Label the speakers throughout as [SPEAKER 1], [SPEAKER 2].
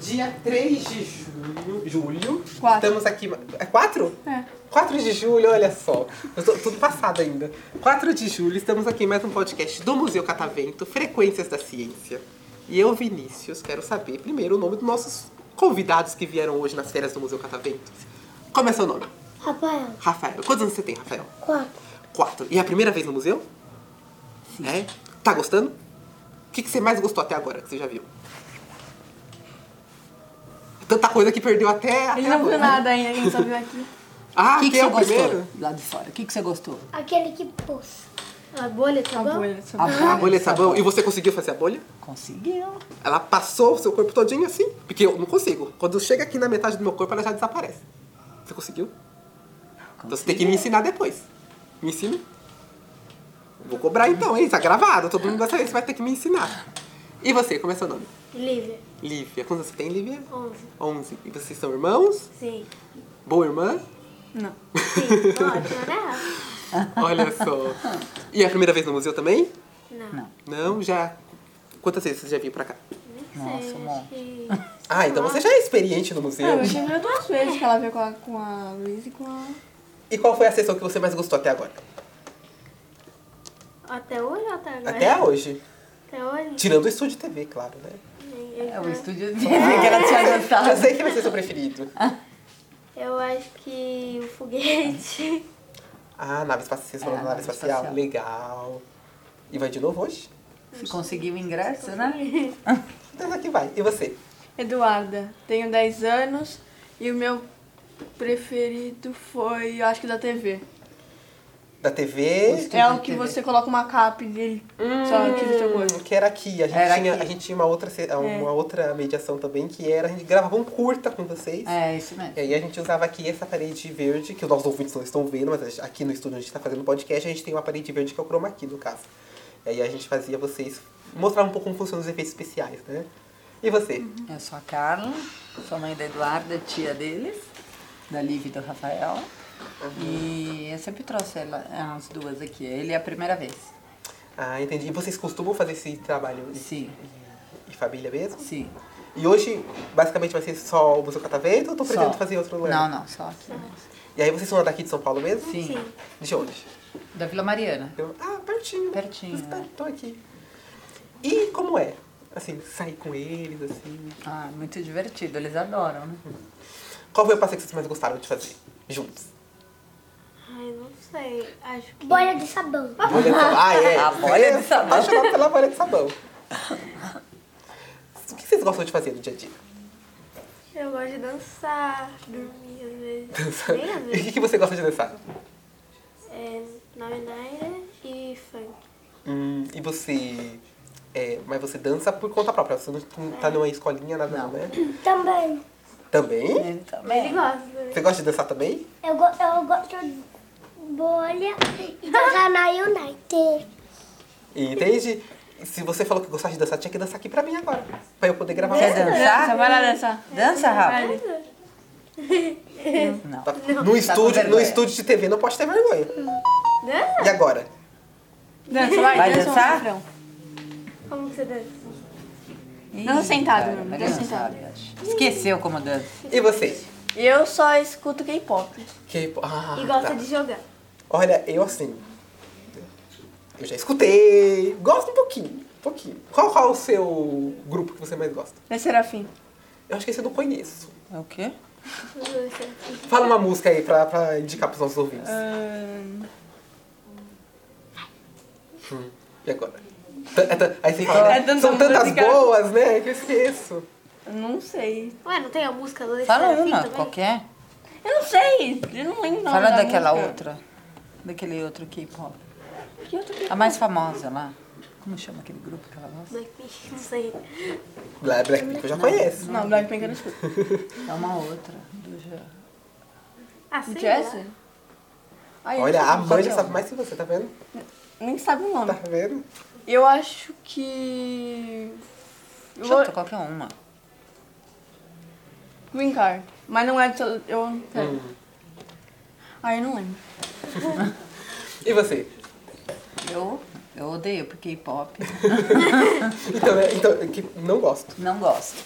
[SPEAKER 1] Dia 3 de julho. julho.
[SPEAKER 2] Quatro.
[SPEAKER 1] Estamos aqui. É 4?
[SPEAKER 2] É.
[SPEAKER 1] 4 de julho, olha só. Eu tô tudo passado ainda. 4 de julho, estamos aqui em mais um podcast do Museu Catavento, Frequências da Ciência. E eu, Vinícius, quero saber primeiro o nome dos nossos convidados que vieram hoje nas férias do Museu Catavento. Como é seu nome?
[SPEAKER 3] Rafael,
[SPEAKER 1] Rafael. Quantos anos você tem, Rafael?
[SPEAKER 3] quatro.
[SPEAKER 1] Quatro. E é a primeira vez no museu? Sim. É? Tá gostando? O que, que você mais gostou até agora que você já viu? Tanta coisa que perdeu até. até
[SPEAKER 2] Ele não
[SPEAKER 1] agora.
[SPEAKER 2] viu nada ainda, ele só viu aqui.
[SPEAKER 1] Ah,
[SPEAKER 4] O
[SPEAKER 1] quem
[SPEAKER 4] que, que
[SPEAKER 1] é
[SPEAKER 4] você
[SPEAKER 1] o primeiro?
[SPEAKER 4] gostou lá de fora? O que, que você gostou?
[SPEAKER 3] Aquele que pôs. A bolha, tá
[SPEAKER 2] A
[SPEAKER 3] bom?
[SPEAKER 2] bolha, só
[SPEAKER 4] A
[SPEAKER 2] viu.
[SPEAKER 1] A bolha
[SPEAKER 4] de
[SPEAKER 1] de sabão. E você conseguiu fazer a bolha?
[SPEAKER 4] Conseguiu.
[SPEAKER 1] Ela passou o seu corpo todinho assim? Porque eu não consigo. Quando chega aqui na metade do meu corpo, ela já desaparece. Você conseguiu? Então você tem que me ensinar depois. Me ensina? Vou cobrar então, hein? Tá gravado. Todo mundo dessa vez vai ter que me ensinar. E você, como é seu nome?
[SPEAKER 3] Lívia,
[SPEAKER 1] Lívia. Quantos você tem, Lívia?
[SPEAKER 3] 11.
[SPEAKER 1] 11. E vocês são irmãos?
[SPEAKER 3] Sim.
[SPEAKER 1] Boa irmã?
[SPEAKER 2] Não.
[SPEAKER 3] Sim, ótimo, né?
[SPEAKER 1] Olha só. E é a primeira vez no museu também?
[SPEAKER 3] Não.
[SPEAKER 4] Não.
[SPEAKER 1] Não, já. Quantas vezes você já veio pra cá?
[SPEAKER 4] Nossa,
[SPEAKER 3] Sei,
[SPEAKER 4] bom.
[SPEAKER 3] acho que-
[SPEAKER 1] Ah, então você já é experiente no museu.
[SPEAKER 2] Não, eu tinha viu duas vezes que ela veio com a, com a Luísa e com a.
[SPEAKER 1] E qual foi a sessão que você mais gostou até agora?
[SPEAKER 3] Até hoje ou até agora?
[SPEAKER 1] Até hoje.
[SPEAKER 3] Até hoje?
[SPEAKER 1] Tirando o estúdio TV, claro, né?
[SPEAKER 3] Eu,
[SPEAKER 4] É o
[SPEAKER 3] eu-
[SPEAKER 4] estúdio dele que ela tinha
[SPEAKER 1] Eu
[SPEAKER 4] gostado.
[SPEAKER 1] sei que vai ser seu preferido.
[SPEAKER 3] eu acho que o foguete.
[SPEAKER 1] Ah, nave espacial. Vocês foram
[SPEAKER 4] É,
[SPEAKER 1] na nave
[SPEAKER 4] nave
[SPEAKER 1] espacial.
[SPEAKER 4] espacial.
[SPEAKER 1] Legal. E vai de novo hoje?
[SPEAKER 4] Se conseguiu o ingresso, né?
[SPEAKER 1] Então aqui vai. E você?
[SPEAKER 2] Eduarda, tenho 10 anos e o meu preferido foi, eu acho que da TV.
[SPEAKER 1] Da TV?
[SPEAKER 4] Tudo
[SPEAKER 2] É o
[SPEAKER 4] da Hum.
[SPEAKER 2] que
[SPEAKER 4] TV.
[SPEAKER 2] você coloca uma capa dele, só tira o seu corpo.
[SPEAKER 1] Que era aqui. A gente,
[SPEAKER 4] Era
[SPEAKER 1] tinha,
[SPEAKER 4] aqui. É.
[SPEAKER 1] A gente tinha uma outra, se- uma outra mediação também, que era a gente gravava um curta com vocês.
[SPEAKER 4] É, isso mesmo.
[SPEAKER 1] E aí a gente usava aqui essa parede verde, que os nossos ouvintes não estão vendo, mas aqui no estúdio onde a gente tá fazendo podcast, a gente tem uma parede verde que é o chroma key, no caso. E aí a gente fazia vocês, mostrava um pouco como funcionam os efeitos especiais, né? E você?
[SPEAKER 4] Eu sou a Carla, sou mãe da Eduarda, tia deles, da Liv e do Rafael. E eu sempre trouxe ela, as duas aqui. Ele é a primeira vez.
[SPEAKER 1] Ah, entendi. E vocês costumam fazer esse trabalho
[SPEAKER 4] Sim,
[SPEAKER 1] em família mesmo?
[SPEAKER 4] sim.
[SPEAKER 1] E hoje, basicamente, vai ser só o Museu Catavento ou tu
[SPEAKER 4] Só.
[SPEAKER 1] pretende fazer em outro lugar?
[SPEAKER 4] Não, não, só aqui mesmo.
[SPEAKER 1] E aí vocês são daqui de São Paulo mesmo?
[SPEAKER 4] Sim,
[SPEAKER 1] De onde?
[SPEAKER 4] da Vila Mariana.
[SPEAKER 1] Eu- ah, pertinho.
[SPEAKER 4] Pertinho,
[SPEAKER 1] Estou
[SPEAKER 4] né?
[SPEAKER 1] aqui. E como é? Assim, sair com eles, assim...
[SPEAKER 4] Ah, muito divertido, eles adoram, né?
[SPEAKER 1] Qual foi o passeio que vocês mais gostaram de fazer? Juntos.
[SPEAKER 3] Ai, não sei. Acho que.
[SPEAKER 5] Bolha de sabão.
[SPEAKER 1] Bolha de sabão. Ah, é.
[SPEAKER 4] A bolha de sabão.
[SPEAKER 1] Apaixonado pela bolha de sabão. O que vocês gostam de fazer no dia a dia?
[SPEAKER 3] Eu gosto de dançar, dormir às vezes. Bem
[SPEAKER 1] E o que,
[SPEAKER 3] às vezes.
[SPEAKER 1] que você gosta de dançar?
[SPEAKER 3] É, na verdade, e funk.
[SPEAKER 1] Hum, e você... é, mas você dança por conta própria. Você não tá numa escolinha, nada não,
[SPEAKER 4] Não.
[SPEAKER 1] né?
[SPEAKER 5] Também.
[SPEAKER 1] Também?
[SPEAKER 4] Ele
[SPEAKER 3] Ele
[SPEAKER 4] também.
[SPEAKER 3] gosta também.
[SPEAKER 1] Você gosta de dançar também?
[SPEAKER 5] Eu, go- eu gosto de bolha e dançar na United.
[SPEAKER 1] Entende? Se você falou que gostava de dançar, tinha que dançar aqui pra mim agora. Pra eu poder gravar.
[SPEAKER 4] Quer
[SPEAKER 1] pra você.
[SPEAKER 2] Dança, vai
[SPEAKER 4] dançar?
[SPEAKER 2] lá dançar.
[SPEAKER 4] Dança, Rafa. Não.
[SPEAKER 1] Tá- No, estúdio, no
[SPEAKER 4] vergonha.
[SPEAKER 1] estúdio de TV não pode ter vergonha.
[SPEAKER 3] Dança?
[SPEAKER 1] E agora?
[SPEAKER 2] Dança, vai,
[SPEAKER 4] Vai
[SPEAKER 2] dança um
[SPEAKER 4] dançar?
[SPEAKER 2] refrão.
[SPEAKER 3] Como que você dança?
[SPEAKER 2] Dança sentado,
[SPEAKER 4] cara,
[SPEAKER 2] meu,
[SPEAKER 4] vai
[SPEAKER 2] dança
[SPEAKER 4] dançar,
[SPEAKER 2] sentado.
[SPEAKER 4] Bianchi. Esqueceu como dança.
[SPEAKER 1] E você?
[SPEAKER 2] Eu só escuto K-pop.
[SPEAKER 1] Que... Ah,
[SPEAKER 3] E gosta
[SPEAKER 1] tá.
[SPEAKER 3] de jogar.
[SPEAKER 1] Olha, eu assim. Eu já escutei. Gosto um pouquinho. Um pouquinho. Qual, qual o seu grupo que você mais gosta?
[SPEAKER 2] É Serafim.
[SPEAKER 1] Eu acho que esse eu não conheço.
[SPEAKER 4] É o quê?
[SPEAKER 3] Os dois, sabe?
[SPEAKER 1] Fala uma música aí pra, pra indicar pros nossos ouvintes.
[SPEAKER 2] Ah. Ahn,
[SPEAKER 1] Hum, E agora? T- é t- Aí você fala,
[SPEAKER 2] É
[SPEAKER 1] né?
[SPEAKER 2] tanta
[SPEAKER 1] São tantas
[SPEAKER 2] música.
[SPEAKER 1] boas, né? Que eu esqueço.
[SPEAKER 2] não sei.
[SPEAKER 3] Ué, não tem a música do
[SPEAKER 4] Fala
[SPEAKER 3] Serafim
[SPEAKER 4] uma,
[SPEAKER 3] também?
[SPEAKER 4] qualquer.
[SPEAKER 2] Eu não sei, eu não lembro o nome
[SPEAKER 4] Fala
[SPEAKER 2] da
[SPEAKER 4] daquela
[SPEAKER 2] música.
[SPEAKER 4] outra. Daquele outro K-pop.
[SPEAKER 2] Que outra que-
[SPEAKER 4] A mais famosa lá. Como chama aquele grupo que ela gosta?
[SPEAKER 3] Blackpink, não sei.
[SPEAKER 1] Bla- Blackpink eu já conheço.
[SPEAKER 2] Não, Blackpink eu não escuto.
[SPEAKER 4] É uma outra. Do Jé.
[SPEAKER 3] Ah, sei
[SPEAKER 2] Jesse?
[SPEAKER 3] lá.
[SPEAKER 2] Ai, eu
[SPEAKER 1] Olha,
[SPEAKER 2] não sei
[SPEAKER 1] a mãe
[SPEAKER 4] que
[SPEAKER 1] já
[SPEAKER 4] é
[SPEAKER 1] sabe
[SPEAKER 4] uma?
[SPEAKER 1] mais que você, tá vendo?
[SPEAKER 2] Nem sabe o
[SPEAKER 1] Tá
[SPEAKER 2] nome.
[SPEAKER 1] vendo?
[SPEAKER 2] Eu acho que. Eu vou-
[SPEAKER 4] Chuta qualquer uma.
[SPEAKER 2] Green Card. Mas não é de todo. Eu. pera. Aí eu não lembro.
[SPEAKER 1] E você?
[SPEAKER 4] Eu, eu odeio pro K-pop.
[SPEAKER 1] Então, é, então, é que não gosto.
[SPEAKER 4] Não gosto.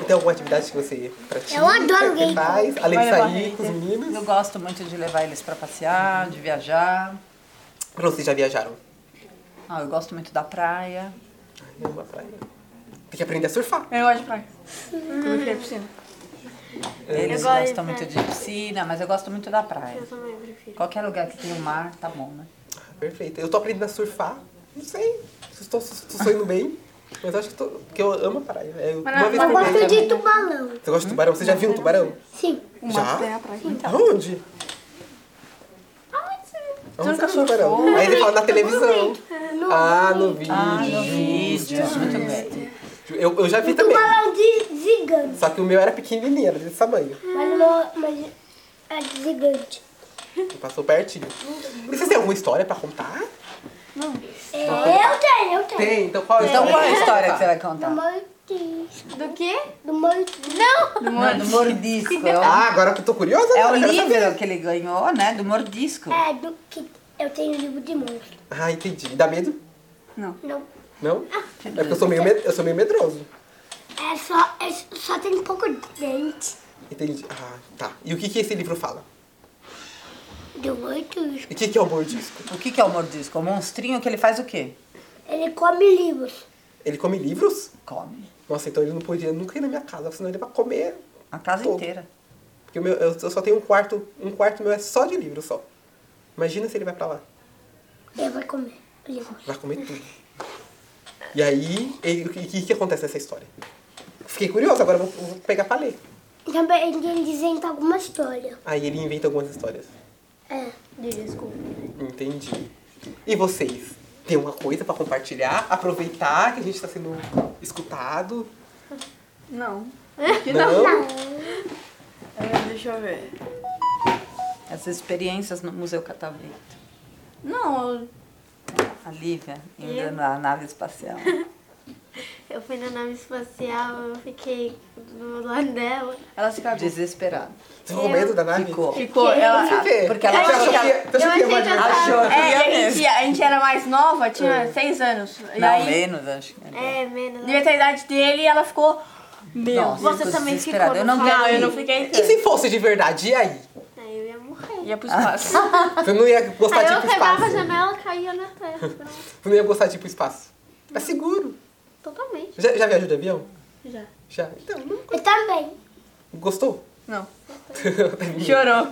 [SPEAKER 1] Então, alguma atividade que você pratica?
[SPEAKER 5] Eu adoro
[SPEAKER 1] que
[SPEAKER 5] gay.
[SPEAKER 1] faz, além de
[SPEAKER 2] Vai levar
[SPEAKER 1] sair com os
[SPEAKER 2] hater.
[SPEAKER 1] meninos?
[SPEAKER 4] Eu gosto muito de levar eles pra passear, de viajar.
[SPEAKER 1] Pra vocês já viajaram?
[SPEAKER 4] Ah, eu gosto muito da praia.
[SPEAKER 1] Ai, não, uma praia. Tem que aprender a surfar.
[SPEAKER 2] Eu gosto de praia. Como eu fui na piscina.
[SPEAKER 4] Eles
[SPEAKER 3] Eu gosto
[SPEAKER 4] gostam
[SPEAKER 3] de
[SPEAKER 4] muito de piscina, mas eu gosto muito da praia.
[SPEAKER 3] Eu também prefiro.
[SPEAKER 4] Qualquer lugar que tenha o mar, tá bom, né?
[SPEAKER 1] Perfeito. Eu tô aprendendo a surfar. Não sei se estou se estou saindo bem. Mas eu acho que, tô, que eu amo a praia. É uma
[SPEAKER 2] Mas-
[SPEAKER 1] vez
[SPEAKER 5] Eu
[SPEAKER 1] por mês.
[SPEAKER 5] gosto de tubalão.
[SPEAKER 1] Você gosta de tubarão? Você já viu um tubarão?
[SPEAKER 5] Sim.
[SPEAKER 2] Uma
[SPEAKER 1] Já?
[SPEAKER 2] terra pra gente.
[SPEAKER 1] Aonde?
[SPEAKER 5] Aonde você
[SPEAKER 1] Aonde
[SPEAKER 2] nunca
[SPEAKER 1] você viu tubarão? Aí ele fala na televisão.
[SPEAKER 5] No-
[SPEAKER 1] Ah, no
[SPEAKER 4] Ah, no
[SPEAKER 1] vídeo.
[SPEAKER 4] vídeo. Muito bem.
[SPEAKER 1] Eu, eu já vi também.
[SPEAKER 5] Tubalão de gigante.
[SPEAKER 1] Só que o meu era pequenininho, era desse tamanho.
[SPEAKER 5] Mas, não, mas é de gigante.
[SPEAKER 1] Passou pertinho. E vocês têm alguma história pra contar?
[SPEAKER 5] É, Eu tenho, eu tenho.
[SPEAKER 1] Ah. Tem, então qual é a
[SPEAKER 4] Então
[SPEAKER 1] história?
[SPEAKER 4] qual é a história que você vai
[SPEAKER 5] Do
[SPEAKER 4] contar?
[SPEAKER 5] mortisco.
[SPEAKER 3] Do quê?
[SPEAKER 5] Do mortisco.
[SPEAKER 3] Não!
[SPEAKER 4] Não, do mordisco. É o,
[SPEAKER 1] Ah, agora que eu tô curiosa.
[SPEAKER 4] é o
[SPEAKER 1] eu quero saber.
[SPEAKER 4] livro que ele ganhou, né? Do mordisco.
[SPEAKER 5] É, do que eu tenho livro de monstro.
[SPEAKER 1] Ah, entendi. Dá medo?
[SPEAKER 4] Não.
[SPEAKER 5] Não.
[SPEAKER 1] Não?
[SPEAKER 4] Ah.
[SPEAKER 1] É porque eu sou meio, med- eu sou meio medroso.
[SPEAKER 5] É só, é só tem pouco dente
[SPEAKER 1] Entendi. Ah, tá. E o que, que esse livro fala?
[SPEAKER 5] do mortisco.
[SPEAKER 1] E o que, que é o mordisco?
[SPEAKER 4] O que, que é o mordisco? O monstrinho que ele faz o quê?
[SPEAKER 5] Ele come livros.
[SPEAKER 1] Ele come livros?
[SPEAKER 4] Come.
[SPEAKER 1] Nossa, então ele não podia nunca ir na minha casa, senão ele vai comer.
[SPEAKER 4] A casa
[SPEAKER 1] Todo.
[SPEAKER 4] inteira.
[SPEAKER 1] Porque o meu, eu eu só tenho um quarto, um quarto meu é só de livro só. Imagina se ele vai pra lá.
[SPEAKER 5] Ele vai comer livros.
[SPEAKER 1] Vai comer tudo. E aí, ele- o que, que, que acontece nessa história? Fiquei curioso, agora eu vou, vou pegar pra ler.
[SPEAKER 5] Também ele inventa alguma história.
[SPEAKER 1] Aí ele inventa algumas histórias.
[SPEAKER 5] É, desculpa.
[SPEAKER 1] Entendi. E vocês? Tem uma coisa pra compartilhar? Aproveitar que a gente tá sendo escutado?
[SPEAKER 2] Não.
[SPEAKER 1] Não?
[SPEAKER 2] É, deixa eu ver.
[SPEAKER 4] As experiências no Museu Catavento.
[SPEAKER 2] Não, eu-
[SPEAKER 4] A Lívia, ainda na nave espacial.
[SPEAKER 3] Eu fui na nave espacial, eu fiquei do lado dela.
[SPEAKER 2] ela se cagou.
[SPEAKER 4] Desesperada.
[SPEAKER 1] Você ficou com medo da nave?
[SPEAKER 4] Ficou.
[SPEAKER 2] Ficou, ela.
[SPEAKER 1] Por quê?
[SPEAKER 4] Porque ela
[SPEAKER 1] Você
[SPEAKER 4] achou
[SPEAKER 1] achou
[SPEAKER 4] que
[SPEAKER 1] que ia- você achou
[SPEAKER 3] eu
[SPEAKER 1] que ia
[SPEAKER 3] achei que
[SPEAKER 1] mandar-
[SPEAKER 3] ela-
[SPEAKER 4] Achou que
[SPEAKER 2] É,
[SPEAKER 4] ia
[SPEAKER 2] a
[SPEAKER 4] mesmo.
[SPEAKER 2] gente, a gente era mais nova, tinha seis anos. E
[SPEAKER 4] Não,
[SPEAKER 2] aí,
[SPEAKER 4] menos, acho que. era.
[SPEAKER 3] É, menos.
[SPEAKER 2] devia ter a idade dele e ela ficou. Meu.
[SPEAKER 4] Nossa,
[SPEAKER 3] Você
[SPEAKER 4] ficou
[SPEAKER 3] também
[SPEAKER 4] desesperada.
[SPEAKER 3] ficou,
[SPEAKER 4] Eu não
[SPEAKER 3] não
[SPEAKER 4] quero
[SPEAKER 3] fala.
[SPEAKER 2] Não,
[SPEAKER 4] ir.
[SPEAKER 2] eu não fiquei.
[SPEAKER 1] E se fosse de verdade, e aí?
[SPEAKER 3] Aí eu ia morrer.
[SPEAKER 2] Ia pro espaço.
[SPEAKER 1] Você não ia gostar
[SPEAKER 3] Aí
[SPEAKER 1] de ir
[SPEAKER 3] eu
[SPEAKER 1] pro
[SPEAKER 3] pegava a
[SPEAKER 1] espaço.
[SPEAKER 3] janela e caía na terra. Pronto.
[SPEAKER 1] Você não ia gostar de ir pro espaço. É seguro.
[SPEAKER 3] Totalmente.
[SPEAKER 1] Já, já viajou de avião?
[SPEAKER 3] Já.
[SPEAKER 1] Já. Então, não...
[SPEAKER 5] Eu também.
[SPEAKER 1] gostou?
[SPEAKER 2] Não. Chorou.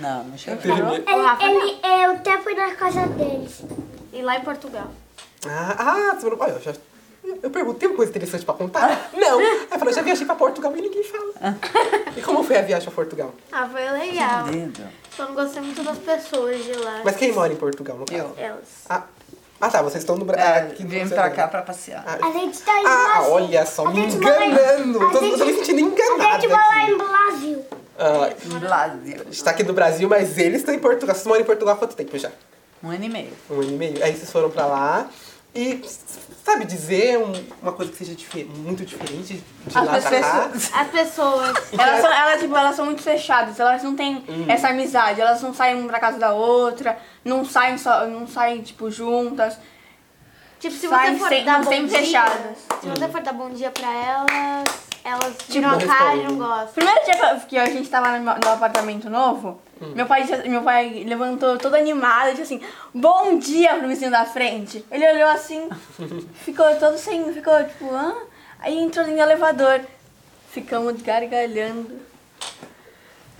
[SPEAKER 4] Não, não chegou.
[SPEAKER 1] Teve-
[SPEAKER 5] Ele,
[SPEAKER 3] Rafa,
[SPEAKER 5] ele, é eu até fui na casa deles.
[SPEAKER 3] E lá em Portugal.
[SPEAKER 1] Ah, ah, você falou, olha, eu já... Eu pergunto, tem uma coisa interessante pra contar? Não. Aí eu falei, já viajei pra Portugal e ninguém fala. E como foi a viagem pra Portugal?
[SPEAKER 3] Ah, foi legal.
[SPEAKER 4] Lindo.
[SPEAKER 3] Só não gostei muito das pessoas de lá.
[SPEAKER 1] Mas quem mora em Portugal, no caso?
[SPEAKER 4] Eu.
[SPEAKER 3] Elas.
[SPEAKER 1] Ah, ah tá, vocês estão no Brasil.
[SPEAKER 4] É, vim pra cá pra passear.
[SPEAKER 1] Ah,
[SPEAKER 5] A gente tá indo
[SPEAKER 1] Ah,
[SPEAKER 5] assim.
[SPEAKER 1] olha só,
[SPEAKER 5] A
[SPEAKER 1] me
[SPEAKER 5] gente vai lá em-
[SPEAKER 1] enganando.
[SPEAKER 5] a
[SPEAKER 1] Tô, tô me
[SPEAKER 5] gente-
[SPEAKER 1] sentindo
[SPEAKER 5] A
[SPEAKER 1] enganada.
[SPEAKER 5] gente vai lá
[SPEAKER 1] Aqui.
[SPEAKER 5] em Brasil.
[SPEAKER 1] Ah,
[SPEAKER 4] Um Blasio.
[SPEAKER 1] a gente tá aqui no Brasil, mas eles estão em Portugal. Vocês moram em Portugal há quanto tempo já?
[SPEAKER 4] Um ano e meio.
[SPEAKER 1] Um ano e meio. Aí vocês foram pra lá. E sabe dizer um- uma coisa que seja dife- muito diferente de lá pra cá?
[SPEAKER 3] As pessoas.
[SPEAKER 2] Elas são, Hum. elas, tipo, elas são muito fechadas, elas não têm essa amizade, elas não saem uma pra casa da outra, não saem só, não saem, tipo, juntas.
[SPEAKER 3] Tipo, se
[SPEAKER 2] Saem
[SPEAKER 3] você for
[SPEAKER 2] sem-
[SPEAKER 3] dar bom
[SPEAKER 2] sempre
[SPEAKER 3] dia.
[SPEAKER 2] fechadas.
[SPEAKER 3] Se você for dar bom dia pra elas, elas
[SPEAKER 1] não
[SPEAKER 3] viram a cara e
[SPEAKER 1] respondem.
[SPEAKER 3] não gostam.
[SPEAKER 2] Primeiro dia que eu- que a gente tava no, no apartamento novo, meu, pai, disse- meu pai levantou todo animado e disse assim, bom dia pro vizinho da frente. Ele olhou assim, ficou todo sem, ficou tipo, hã? Aí entrou no elevador. Ficamos gargalhando.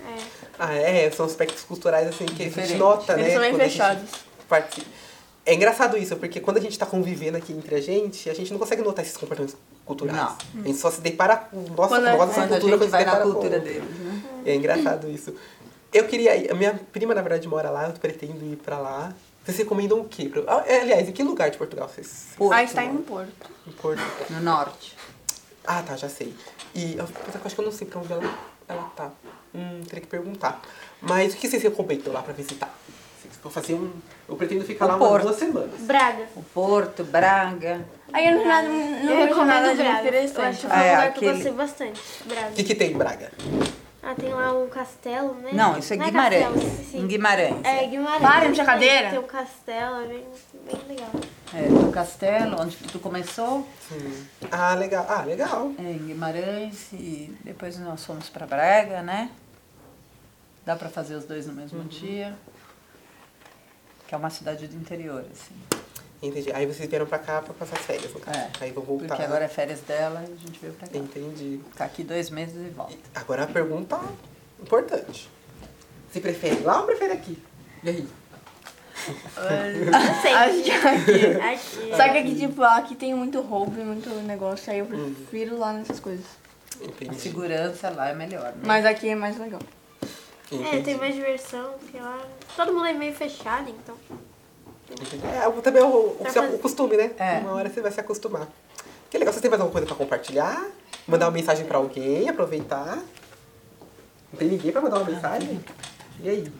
[SPEAKER 3] É.
[SPEAKER 1] Ah, é, são aspectos culturais assim que a gente
[SPEAKER 4] Diferente.
[SPEAKER 1] nota, né?
[SPEAKER 2] Eles são bem
[SPEAKER 1] quando a gente
[SPEAKER 2] fechados.
[SPEAKER 1] participa. É engraçado isso, porque quando a gente tá convivendo aqui entre a gente, a gente não consegue notar esses comportamentos culturais. A gente só se depara com nossa,
[SPEAKER 2] Quando-
[SPEAKER 1] com a nossa
[SPEAKER 4] Quando a
[SPEAKER 1] cultura,
[SPEAKER 4] gente
[SPEAKER 1] quando se
[SPEAKER 4] vai na
[SPEAKER 1] depara
[SPEAKER 4] cultura
[SPEAKER 1] com...
[SPEAKER 4] deles, né?
[SPEAKER 1] É engraçado isso. Eu queria ir, a minha prima na verdade mora lá, eu pretendo ir pra lá. Vocês recomendam o quê? Pra- Ah, é, Aliás, em que lugar de Portugal vocês
[SPEAKER 4] Porto,
[SPEAKER 2] Aí está indo no Porto.
[SPEAKER 1] em Porto?
[SPEAKER 4] No norte.
[SPEAKER 1] Ah, tá, já sei. E eu, apesar que eu acho que eu não sei pra onde ela, ela tá. Hum, teria que perguntar. Mas o que vocês recomendam lá pra visitar? Vocês vão fazer um. Eu pretendo ficar
[SPEAKER 4] O
[SPEAKER 1] lá umas
[SPEAKER 4] Porto.
[SPEAKER 1] duas semanas.
[SPEAKER 3] Braga.
[SPEAKER 4] O Porto, Braga.
[SPEAKER 2] Aí eu não, não, não
[SPEAKER 3] eu
[SPEAKER 2] vejo
[SPEAKER 3] recomendo
[SPEAKER 2] nada de
[SPEAKER 3] Braga.
[SPEAKER 2] muito
[SPEAKER 3] Eu acho
[SPEAKER 2] interessante.
[SPEAKER 3] que foi
[SPEAKER 4] É,
[SPEAKER 3] um lugar que
[SPEAKER 4] aquele-
[SPEAKER 3] eu gostei bastante. Braga.
[SPEAKER 1] O que, que tem em Braga?
[SPEAKER 3] Ah, Ah, tem lá o castelo, né?
[SPEAKER 4] Não, isso é
[SPEAKER 3] Não
[SPEAKER 4] Guimarães.
[SPEAKER 3] castelo, esqueci.
[SPEAKER 4] Em Guimarães.
[SPEAKER 3] É, Guimarães.
[SPEAKER 2] Para, enche a cadeira.
[SPEAKER 3] Tem um castelo, é bem, bem legal.
[SPEAKER 4] É, do castelo, onde tu começou,
[SPEAKER 1] Sim. Ah, legal. Ah, legal.
[SPEAKER 4] é, em Guimarães, e depois nós fomos para Braga, né? Dá para fazer os dois no mesmo dia. Que é uma cidade do interior, assim.
[SPEAKER 1] Entendi. Aí vocês vieram pra cá pra passar as férias, no caso.
[SPEAKER 4] É,
[SPEAKER 1] Aí vão voltar.
[SPEAKER 4] Porque agora é férias dela e a gente veio pra cá.
[SPEAKER 1] Entendi.
[SPEAKER 4] Ficar aqui dois meses e volta.
[SPEAKER 1] Agora a pergunta importante. Você prefere lá ou prefere aqui? E aí?
[SPEAKER 2] Eu sei. Acho que aqui.
[SPEAKER 3] Aqui. é.
[SPEAKER 2] Só que aqui, tipo, aqui tem muito roubo e muito negócio, aí eu prefiro lá nessas coisas.
[SPEAKER 4] A
[SPEAKER 1] Entendi.
[SPEAKER 4] segurança lá é melhor, né?
[SPEAKER 2] Mas aqui é mais legal.
[SPEAKER 3] É, tem mais diversão, porque lá todo mundo é meio fechado, então.
[SPEAKER 1] Entendi. É, o- também é o, o,
[SPEAKER 3] Pra
[SPEAKER 1] seu-
[SPEAKER 3] fazer-
[SPEAKER 1] o costume, né?
[SPEAKER 4] É.
[SPEAKER 1] Uma hora você vai se acostumar. Que legal. Você tem mais alguma coisa pra compartilhar? Mandar uma mensagem pra alguém, aproveitar? Não tem ninguém pra mandar uma mensagem? E aí?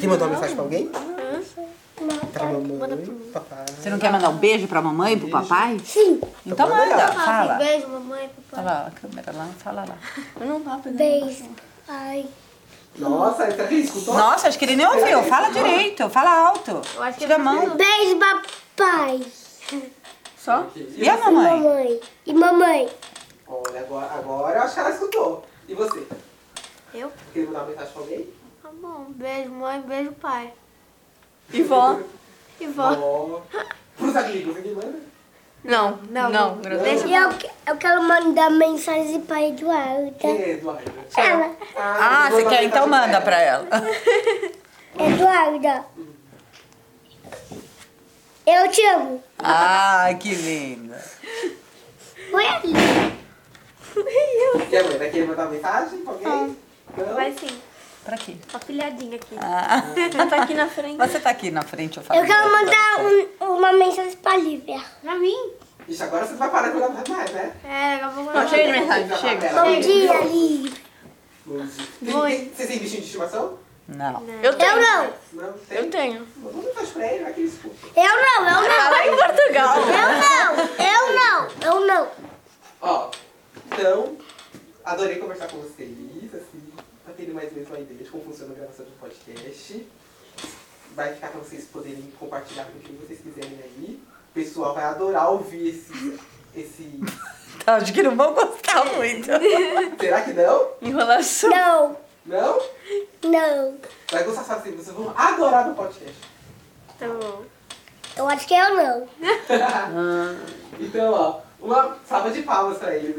[SPEAKER 1] Quem mandou uma mensagem pra alguém? Pra
[SPEAKER 5] tá.
[SPEAKER 3] Manda
[SPEAKER 1] mamãe,
[SPEAKER 3] pra mim.
[SPEAKER 1] papai.
[SPEAKER 4] Você não quer mandar um beijo pra mamãe, pro papai?
[SPEAKER 5] Sim.
[SPEAKER 4] Então
[SPEAKER 1] Então manda.
[SPEAKER 4] manda,
[SPEAKER 3] Fala,
[SPEAKER 4] fala.
[SPEAKER 3] Ah, Beijo, mamãe, papai.
[SPEAKER 4] Olha lá, a câmera lá, fala lá.
[SPEAKER 2] Eu não tava pegando.
[SPEAKER 5] Beijo. Ai.
[SPEAKER 1] Nossa, será que ele escutou?
[SPEAKER 4] Nossa, acho que ele nem ouviu. Fala direito, fala alto.
[SPEAKER 3] Eu acho que é
[SPEAKER 4] Tira a
[SPEAKER 3] ele
[SPEAKER 4] mão.
[SPEAKER 5] Beijo, papai.
[SPEAKER 2] Só?
[SPEAKER 4] E a mamãe?
[SPEAKER 5] Mamãe. E mamãe.
[SPEAKER 1] Olha, agora, agora eu acho que ela escutou. E você?
[SPEAKER 3] Eu?
[SPEAKER 1] Quer mandar uma mensagem pra alguém?
[SPEAKER 3] Tá bom. Beijo, mãe, beijo, pai.
[SPEAKER 2] E vó?
[SPEAKER 3] E vó.
[SPEAKER 1] Ó. Pros amigos, né? ninguém manda?
[SPEAKER 2] Não, não, não.
[SPEAKER 3] Deixa
[SPEAKER 5] E eu, que- eu quero mandar mensagem para
[SPEAKER 1] Quem
[SPEAKER 5] Eduardo.
[SPEAKER 1] é Eduardo?
[SPEAKER 5] Ela.
[SPEAKER 4] Ah, você quer? Então manda pra ela.
[SPEAKER 5] Eduarda. Eu te amo.
[SPEAKER 4] Ah, que linda.
[SPEAKER 5] Oi, Ali.
[SPEAKER 1] E a mãe, vai querer mandar uma mensagem pra alguém? Não?
[SPEAKER 3] Vai sim.
[SPEAKER 4] Pra quê?
[SPEAKER 3] Ó, filhadinha aqui.
[SPEAKER 4] Ah,
[SPEAKER 2] Ela tá aqui na frente.
[SPEAKER 4] você tá aqui na frente, eu falo.
[SPEAKER 5] Eu quero mandar um- uma mensagem para Lívia.
[SPEAKER 3] Pra mim?
[SPEAKER 1] Ixi, agora você não vai parar de mandar mais, né?
[SPEAKER 3] É, daqui a pouco
[SPEAKER 2] Não,
[SPEAKER 3] eu-
[SPEAKER 2] chega de
[SPEAKER 1] tá
[SPEAKER 2] mensagem, chega.
[SPEAKER 5] Bom dia, Lívia.
[SPEAKER 1] Bom dia.
[SPEAKER 3] Oi.
[SPEAKER 1] Vocês têm bichinho de estimação?
[SPEAKER 4] Não.
[SPEAKER 2] Eu
[SPEAKER 5] Eu
[SPEAKER 2] tenho.
[SPEAKER 5] não.
[SPEAKER 1] Não? Tem?
[SPEAKER 2] Eu tenho.
[SPEAKER 1] Manda uma mensagem pra ele, vai que ele escuta.
[SPEAKER 5] Eu não, eu não.
[SPEAKER 2] Tá lá em Portugal.
[SPEAKER 5] Eu não, eu não, eu não.
[SPEAKER 1] Ó, então, adorei conversar com vocês, assim, pra terem mais ou menos uma ideia de como funciona a gravação de um podcast. Vai ficar pra vocês poderem compartilhar com quem vocês quiserem aí. O pessoal vai adorar ouvir esse... esse...
[SPEAKER 4] Tá, acho que não vão gostar muito.
[SPEAKER 1] Será que não?
[SPEAKER 2] Enrolação.
[SPEAKER 5] Não,
[SPEAKER 1] Não?
[SPEAKER 5] não.
[SPEAKER 1] Vai gostar só assim, vocês vão adorar no podcast.
[SPEAKER 3] Tá bom.
[SPEAKER 5] Eu acho que é eu não.
[SPEAKER 1] Então, ó, uma salva de palmas pra ele.